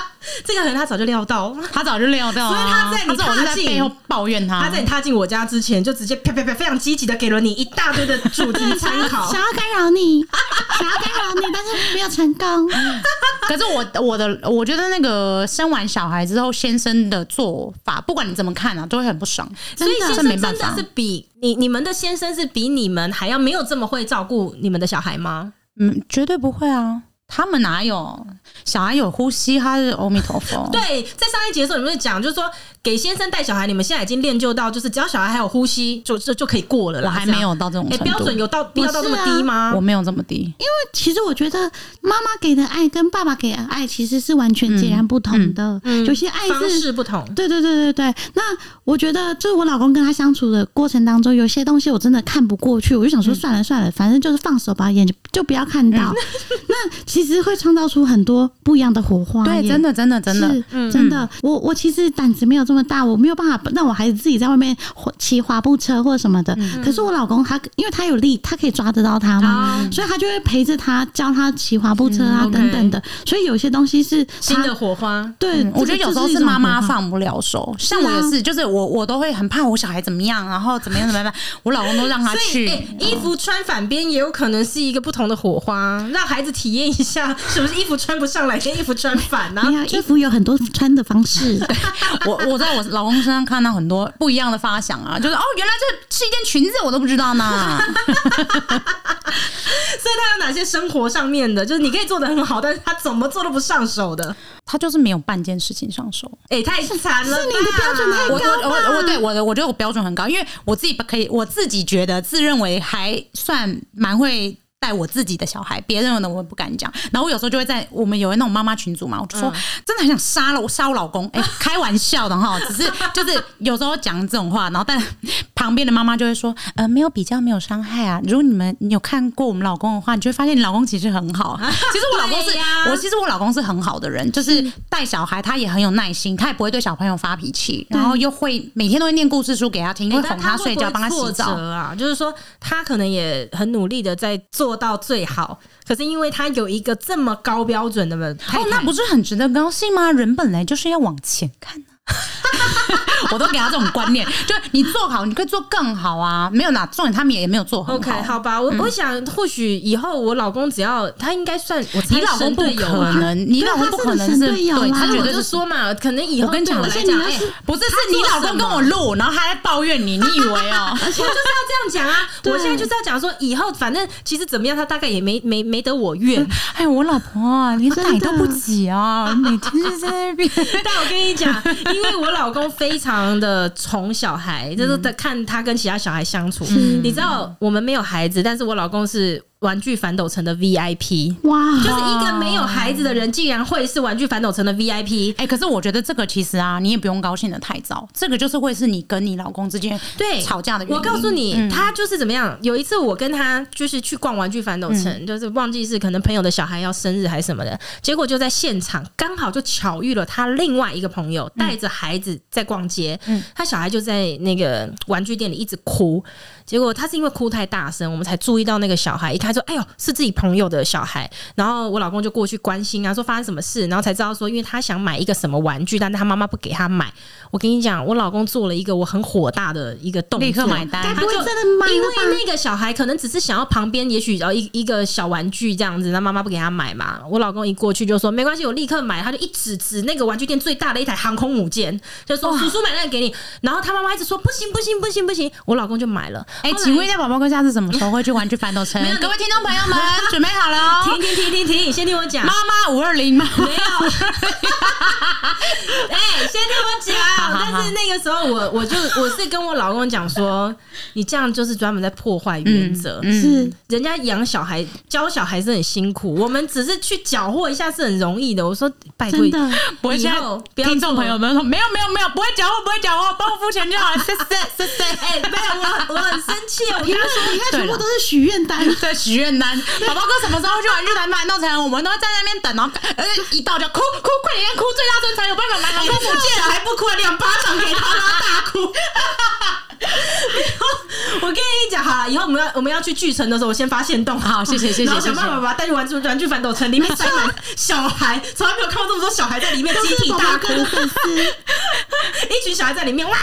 Speaker 1: 这个人他早就料到。
Speaker 2: 他早就料到
Speaker 1: 所以
Speaker 2: 啊、
Speaker 1: 他在你
Speaker 2: 这种我是
Speaker 1: 踏
Speaker 2: 在
Speaker 1: 进
Speaker 2: 背后抱怨他。
Speaker 1: 他在你踏进我家之前，就直接啪啪啪非常积极的给了你一大堆的主题参 考
Speaker 3: 想。要干扰你，想要干扰你，但是没有成功。
Speaker 2: 可是我我的我觉得那个生完小孩之后，先生的做法，不管你怎么看啊，都会很不爽。
Speaker 1: 所以
Speaker 3: 真
Speaker 1: 先
Speaker 3: 的
Speaker 2: 这
Speaker 1: 生
Speaker 2: 没
Speaker 1: 真
Speaker 2: 办
Speaker 1: 的
Speaker 2: 法
Speaker 1: 是比你你们的先生是比你们还要没有这么会照顾你们的小孩吗？
Speaker 2: 嗯，绝对不会啊！他们哪有小孩有呼吸？他是阿弥陀佛。
Speaker 1: 对，在上一节的时候你们就讲，就是说给先生带小孩，你们现在已经练就到，就是只要小孩还有呼吸，就就就可以过了
Speaker 2: 我
Speaker 1: 啦。
Speaker 2: 还
Speaker 1: 这样
Speaker 2: 没，有到这种
Speaker 1: 哎、
Speaker 2: 程度，
Speaker 1: 标准有到标到这么低吗
Speaker 2: 我？没有这么低。
Speaker 3: 其实我觉得妈妈给的爱跟爸爸给的爱其实是完全截然不同的，
Speaker 1: 嗯
Speaker 3: 有些爱
Speaker 1: 方
Speaker 3: 是。啊
Speaker 1: 式不同，
Speaker 3: 对对对对对，那我觉得就是我老公跟他相处的过程当中，有些东西我真的看不过去，我就想
Speaker 2: 嗯
Speaker 3: 说算了算了，反正就是放手吧，眼睛就不要看到。 那其实会创造出很多不一样的火花耶，
Speaker 2: 对，真的，真的，真的，嗯
Speaker 3: 是真的。我我其实胆子没有这么大，我没有办法让我孩子自己在外面滑骑滑步车或什么的。
Speaker 2: 嗯
Speaker 3: 可是我老公他因为他有力，他可以抓得到他嘛，
Speaker 1: 啊
Speaker 3: 所以他就会陪着他教他骑滑步车啊
Speaker 1: 嗯，OK
Speaker 3: 等等的。所以有些东西是
Speaker 1: 新
Speaker 3: 他
Speaker 1: 的火花。
Speaker 3: 对，
Speaker 2: 嗯
Speaker 3: 这
Speaker 2: 我觉得
Speaker 3: 个
Speaker 2: 有
Speaker 3: 就
Speaker 2: 时候
Speaker 3: 是一
Speaker 2: 是
Speaker 3: 种
Speaker 2: 妈妈
Speaker 3: 火花。
Speaker 2: 放不了手，像
Speaker 3: 是
Speaker 2: 我也
Speaker 3: 啊
Speaker 2: 是，就是我我都会很怕我小孩怎么样，然后怎么样怎么样，我老公都让他
Speaker 1: 所以、
Speaker 2: 去。
Speaker 1: 哎衣服穿反边也有可能是一个不同的火花，让孩子体验一下 什么是衣服穿不上来跟衣服穿反呢、啊
Speaker 3: 没有衣服有很多穿的方 式，
Speaker 2: 我我在我老公身上看到很多不一样的发想啊，就是哦，原来这是一件裙子，我都不知道呢。
Speaker 1: 所以他有哪些生活上面的，就是你可以做的很好，但是他怎么做都不上手的。
Speaker 2: 他就是没有半件事情上手。
Speaker 1: 哎、太惨了吧，
Speaker 3: 是你的标准太
Speaker 2: 我我
Speaker 3: 高
Speaker 2: 我我对我的我觉得我标准很高，因为我自己可以我自己觉得自认为还算蛮会。带我自己的小孩，别人的我不敢讲。然后我有时候就会在我们有那种妈妈群组嘛，我就说、真的很想杀了我杀我老公，哎、开玩笑的哈，只是就是有时候讲这种话，然后但旁边的妈妈就会说，呃，没有比较，没有伤害啊。如果你们你有看过我们老公的话，你就会发现你老公其实很好。啊其实我老公是
Speaker 1: 对呀
Speaker 2: 我其实我老公是很好的人，就是
Speaker 1: 嗯
Speaker 2: 带小孩他也很有耐心，他也不会对小朋友发脾气，然后又会每天都会念故事书给他听，
Speaker 1: 哎
Speaker 2: 会
Speaker 1: 但
Speaker 2: 哄
Speaker 1: 他
Speaker 2: 睡觉，帮他洗
Speaker 1: 会不会挫
Speaker 2: 澡哦
Speaker 1: 折。啊，就是说他可能也很努力的在做到最好，可是因为他有一个这么高标准的太太
Speaker 2: 哦，那不是很值得高兴吗？人本来就是要往前看啊我都给他这种观念，就你做好，你可以做更好啊。没有哪重点，他们也没有做很
Speaker 1: OK，
Speaker 2: 好。
Speaker 1: 好嗯吧，我、我想或许以后我老公只要他应该算我猜
Speaker 2: 你老公
Speaker 1: 神
Speaker 2: 不
Speaker 1: 队友
Speaker 2: 可
Speaker 1: 啊，
Speaker 2: 能，你
Speaker 3: 对
Speaker 2: 老公
Speaker 3: 他
Speaker 2: 不
Speaker 3: 是
Speaker 2: 可
Speaker 3: 个
Speaker 2: 能
Speaker 3: 神
Speaker 2: 是
Speaker 3: 队友
Speaker 2: 对
Speaker 3: 啊
Speaker 2: 他绝
Speaker 1: 我
Speaker 2: 对
Speaker 1: 就是说嘛，可能以后
Speaker 2: 我跟你
Speaker 1: 对
Speaker 2: 讲，
Speaker 1: 我
Speaker 2: 我
Speaker 1: 来
Speaker 2: 来
Speaker 1: 讲，
Speaker 2: 讲，
Speaker 1: 哎、
Speaker 2: 哎、
Speaker 1: 我
Speaker 2: 不是，
Speaker 1: 他
Speaker 2: 是你
Speaker 1: 做
Speaker 2: 老
Speaker 1: 什
Speaker 2: 公跟
Speaker 1: 么
Speaker 2: 我录，然后还在抱怨你，你以为哦、
Speaker 1: 哎就是要这样讲 啊！
Speaker 3: 对
Speaker 1: 我现在就是要讲说，以后反正其实怎么样，他大概也没没没得我怨。
Speaker 2: 哎，我老婆啊，连
Speaker 3: 真
Speaker 2: 奶都
Speaker 3: 的
Speaker 2: 不挤啊，每天就在那边。
Speaker 1: 但我跟你讲，因为我老公非常的宠小孩，就是他看他跟其他小孩相处。你知道，我们没有孩子，但是我老公是玩具反斗城的 VIP。
Speaker 3: 哇，
Speaker 1: 就是一个没有孩子的人，竟然会是玩具反斗城的 VIP，
Speaker 2: 哎、可是我觉得这个其实啊，你也不用高兴的太早，这个就是会是你跟你老公之间
Speaker 1: 对，
Speaker 2: 吵架的原因。
Speaker 1: 我告诉你，
Speaker 2: 嗯
Speaker 1: 他就是怎么样？有一次我跟他就是去逛玩具反斗城，
Speaker 2: 嗯
Speaker 1: 就是忘记是可能朋友的小孩要生日还是什么的，结果就在现场刚好就巧遇了他另外一个朋友带着孩子在逛街，
Speaker 2: 嗯
Speaker 1: 他小孩就在那个玩具店里一直哭，结果他是因为哭太大声，我们才注意到那个小孩，一看说：“哎呦，是自己朋友的小孩。”然后我老公就过去关心啊，说发生什么事，然后才知道说，因为他想买一个什么玩具，但是他妈妈不给他买。我跟你讲，我老公做了一个我很火大的一个动作，
Speaker 2: 立刻买单
Speaker 3: 该
Speaker 1: 他
Speaker 3: 不会
Speaker 1: 就
Speaker 3: 真的买
Speaker 1: 因为
Speaker 3: 了吧？
Speaker 1: 那个小孩可能只是想要旁边，也许要一一个小玩具这样子，那妈妈不给他买嘛。我老公一过去就说没关系，我立刻买。他就一指指那个玩具店最大的一台航空母舰，就说叔叔买那个给你。然后他妈妈一直说不行不行不行不行，我老公就买了。
Speaker 2: 哎、
Speaker 1: 后来
Speaker 2: 请问一下，宝宝哥下次什么时候会去玩具反 斗城
Speaker 1: 没有？
Speaker 2: 各位听众朋友们，准备好了哦！
Speaker 1: 停停停停停，先听我讲
Speaker 2: 妈。妈五二零，妈妈
Speaker 1: 没有，哎、先听我 讲。
Speaker 2: 好好好
Speaker 1: 但是那个时候我，我就我是跟我老公讲说，你这样就是专门在破坏
Speaker 2: 嗯
Speaker 1: 原则。
Speaker 3: 是
Speaker 1: 人家养小孩、教小孩是很辛苦，我们只是去缴获一下是很容易的。我说拜托
Speaker 3: 真，的，
Speaker 2: 不会
Speaker 1: 以
Speaker 2: 现在
Speaker 1: 后不要
Speaker 2: 听众
Speaker 1: 做
Speaker 2: 朋友们说没有没有没有，不会讲话不会讲话，帮我付钱就好了，谢谢谢谢。
Speaker 1: 哎、没有，我我很生气，我跟
Speaker 3: 你
Speaker 1: 他
Speaker 3: 看
Speaker 1: 说。
Speaker 3: 你看
Speaker 2: 对
Speaker 3: 全部
Speaker 2: 了
Speaker 3: 都是许愿单，
Speaker 1: 啊
Speaker 2: 对许愿单，宝宝哥什么时候去玩日坛买弄成？我们都会在那边等，然后呃一到就哭哭，快点哭，最大声才有办法买航空母舰。
Speaker 1: 小孩不哭，两巴掌给他，让他大哭。我跟你讲，好了，以后我们要我们要去巨城的时候，我先发现洞，
Speaker 2: 好谢谢谢谢
Speaker 1: 然后想
Speaker 2: 谢谢
Speaker 1: 办法把他带去玩具玩具反斗城，里面塞满小孩，从来没有看过这么多小孩在里面
Speaker 3: 都
Speaker 1: 集
Speaker 3: 是
Speaker 1: 体
Speaker 3: 宝
Speaker 1: 大
Speaker 3: 宝
Speaker 1: 哭
Speaker 3: 哥，的粉丝。
Speaker 1: 一群小孩在里面哇！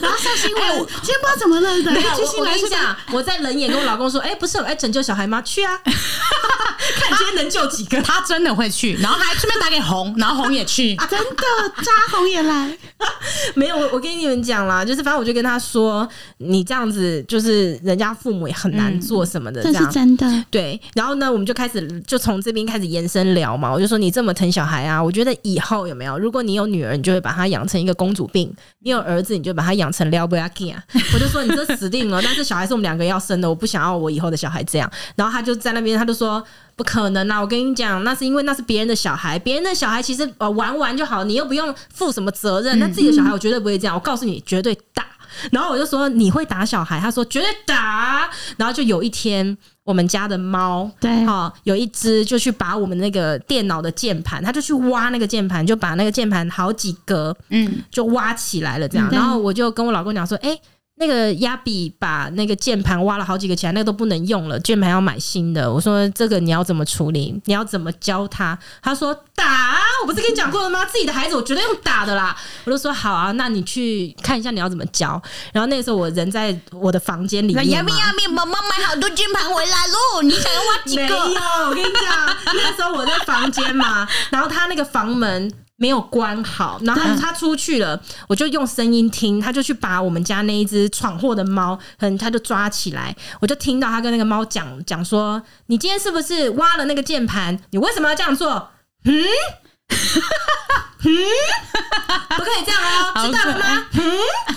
Speaker 3: 然后上新闻，
Speaker 1: 哎
Speaker 3: 今天不知道怎么了的，
Speaker 1: 没有，
Speaker 3: 去
Speaker 1: 我
Speaker 3: 新
Speaker 1: 我跟
Speaker 3: 来
Speaker 1: 你
Speaker 3: 是吧？
Speaker 1: 讲，我在冷眼跟我老公说，哎，不是很爱拯救小孩吗？去啊， 看今天能救几个。
Speaker 2: 他真的会去，然后还顺便打给红，然后红也去。
Speaker 3: 真的，扎红也来，
Speaker 1: 没有，我我跟你们讲啦，就是反正我就跟他说，你这样子就是人家父母也很难做什么的，这
Speaker 3: 嗯这是
Speaker 1: 样。
Speaker 3: 真的。
Speaker 1: 对，然后呢，我们就开始就从这边开始延伸聊嘛。我就说你这么疼小孩啊，我觉得以后有没有，如果你有女儿，你就会把她养成一个公主病；你有儿子，你就把他养成撩不拉 k 啊。我就说你这死定了，但 是小孩是我们两个要生的，我不想要我以后的小孩这样。然后他就在那边，他就说。不可能啊啦！我跟你讲，那是因为那是别人的小孩，别人的小孩其实呃玩玩就好，你又不用负什么责任。那自己的小孩，我绝对不会这样，我告诉你，绝对打。然后我就说你会打小孩，他说绝对打。然后就有一天，我们家的猫，
Speaker 3: 对
Speaker 1: 哦，有一只就去把我们那个电脑的键盘，它就去挖那个键盘，就把那个键盘好几格
Speaker 2: 嗯，
Speaker 1: 就挖起来了，这样。
Speaker 3: 嗯对
Speaker 1: 然后我就跟我老公讲说，哎、那个亚比把那个键盘挖了好几个起来，那个都不能用了，键盘要买新的。我说这个你要怎么处理？你要怎么教他？他说打，啊我不是跟你讲过了吗？自己的孩子我绝对用打的啦。我就说好啊，那你去看一下你要怎么教。然后那时候我人在我的房间里
Speaker 2: 那
Speaker 1: 面
Speaker 2: 杨
Speaker 1: 嘛
Speaker 2: 幂，杨幂，妈妈买好多键盘回来喽，你想要挖几
Speaker 1: 没有，
Speaker 2: 个？
Speaker 1: 我跟你讲，那时候我在房间嘛，然后他那个房门。没有关好，然后他他出去了，我就用声音听，他就去把我们家那一只闯祸的猫，嗯，他就抓起来，我就听到他跟那个猫讲讲说：“你今天是不是挖了那个键盘？你为什么要这样做？ 嗯，嗯，不可以这样哦，知道了吗？嗯，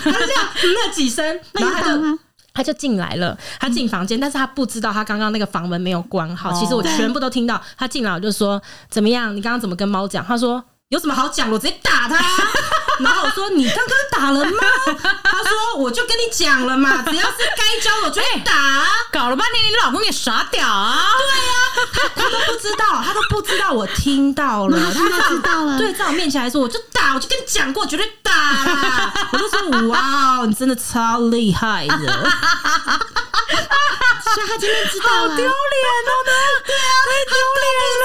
Speaker 1: 他就这样嗯了几声，
Speaker 3: 那
Speaker 1: 然后
Speaker 3: 你
Speaker 1: 他
Speaker 3: 打
Speaker 1: 就
Speaker 3: 吗？
Speaker 1: 他就进来了，他进房间，但是他不知道他刚刚那个房门没有关好。
Speaker 2: 哦
Speaker 1: 其实我
Speaker 3: 对
Speaker 1: 全部都听到，他进来我就说怎么样？你刚刚怎么跟猫讲？他说有什么好讲？我直接打他。 然后我说你刚刚打了吗？他说我就跟你讲了嘛，只要是该教我就会打。啊
Speaker 2: 搞了半天，你老公也傻屌啊！
Speaker 1: 他都不知道，他都不知道我听到了
Speaker 3: 然，后
Speaker 1: 他
Speaker 3: 现在知道了，
Speaker 1: 对，在我面前来说，我就打，我就跟你讲过，绝对打啦！ 我就说，哇哦，你真的超厉害的，
Speaker 3: 所以他今天知道了。
Speaker 1: 哦，那对啊，太丢脸了。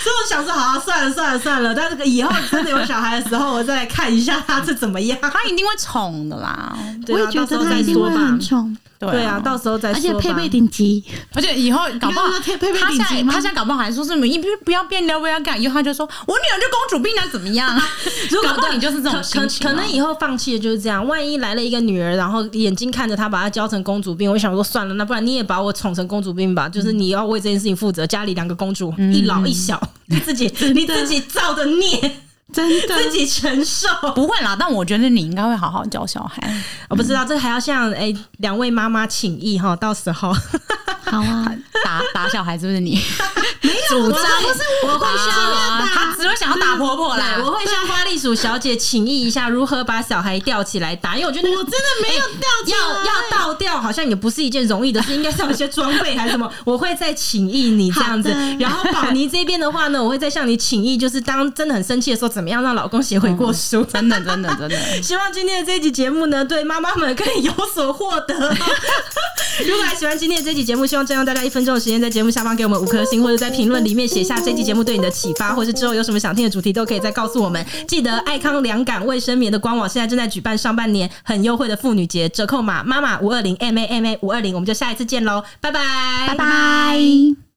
Speaker 1: 所以我想说，好、啊，算了算了算了，但是以后真的有小孩的时候，我再来看一下他是怎么样。
Speaker 2: 他一定会宠的啦。
Speaker 1: 对
Speaker 3: 我
Speaker 1: 啊
Speaker 3: 也觉
Speaker 1: 到时
Speaker 3: 得
Speaker 1: 候
Speaker 3: 他
Speaker 1: 再
Speaker 3: 一定
Speaker 1: 说
Speaker 3: 会
Speaker 1: 吧
Speaker 3: 很。宠，
Speaker 1: 对啊，到时候再
Speaker 3: 而
Speaker 1: 说吧。
Speaker 3: 且配备顶级，
Speaker 2: 而且以后搞不好
Speaker 3: 你看他配配备
Speaker 2: 他现
Speaker 3: 顶级
Speaker 2: 在
Speaker 3: 吗
Speaker 2: 他现在搞不好还说什么一不不要变撩，不要干，以后他就说我女儿就公主病啊，怎么 样？
Speaker 1: 如果
Speaker 2: 搞不好你就是这种
Speaker 1: 可
Speaker 2: 心情
Speaker 1: 可
Speaker 2: 啊
Speaker 1: 可能以后放弃的就是这样。万一来了一个女儿，然后眼睛看着她把她教成公主病，我就想说 算了，那不然你也把我宠成公主病吧。就是你要为这件事情负责，家里两个公主，一老一小，你自己你自己造的孽，
Speaker 3: 真的。
Speaker 1: 自己承受。
Speaker 2: 不会啦，但我觉得你应该会好好教小 孩。
Speaker 1: 我哦不知道这还要向哎两、位妈妈请益哈，到时 候
Speaker 3: 好啊，
Speaker 2: 打打小孩是不是你？
Speaker 1: 主张
Speaker 3: 不是我会想要
Speaker 2: 啊他
Speaker 3: 打，
Speaker 2: 只会想要打婆婆啦
Speaker 1: 对，。我会向花栗鼠小姐请益一下如何把小孩吊起来打，因为我觉 得那个
Speaker 3: 我真的没有掉进
Speaker 1: 要
Speaker 3: 来
Speaker 1: 要倒掉，好像也不是一件容易的事，应该是有一些装备还是什么。我会再请益你这样子
Speaker 3: 好的，
Speaker 1: 然后宝妮这边的话呢，我会再向你请益，就是当真的很生气的时候，怎么样让老公写悔
Speaker 3: 嗯
Speaker 1: 过书。
Speaker 2: 真的，真的，真的，
Speaker 1: 希望今天的这一集节目呢，对妈妈们可以有所获得 哦。如果还喜欢今天的这集节目，希望占用大家一分钟的时间，在节目下方给我们五颗星，或者在评论里面写下这期节目对你的启发，或是之后有什么想听的主题，都可以再告诉我们。记得爱康凉感卫生棉的官网现在正在举办上半年很优惠的妇女节，折扣码妈妈五二零 M A M A 五二零，我们就下一次见喽，拜拜，
Speaker 3: 拜拜。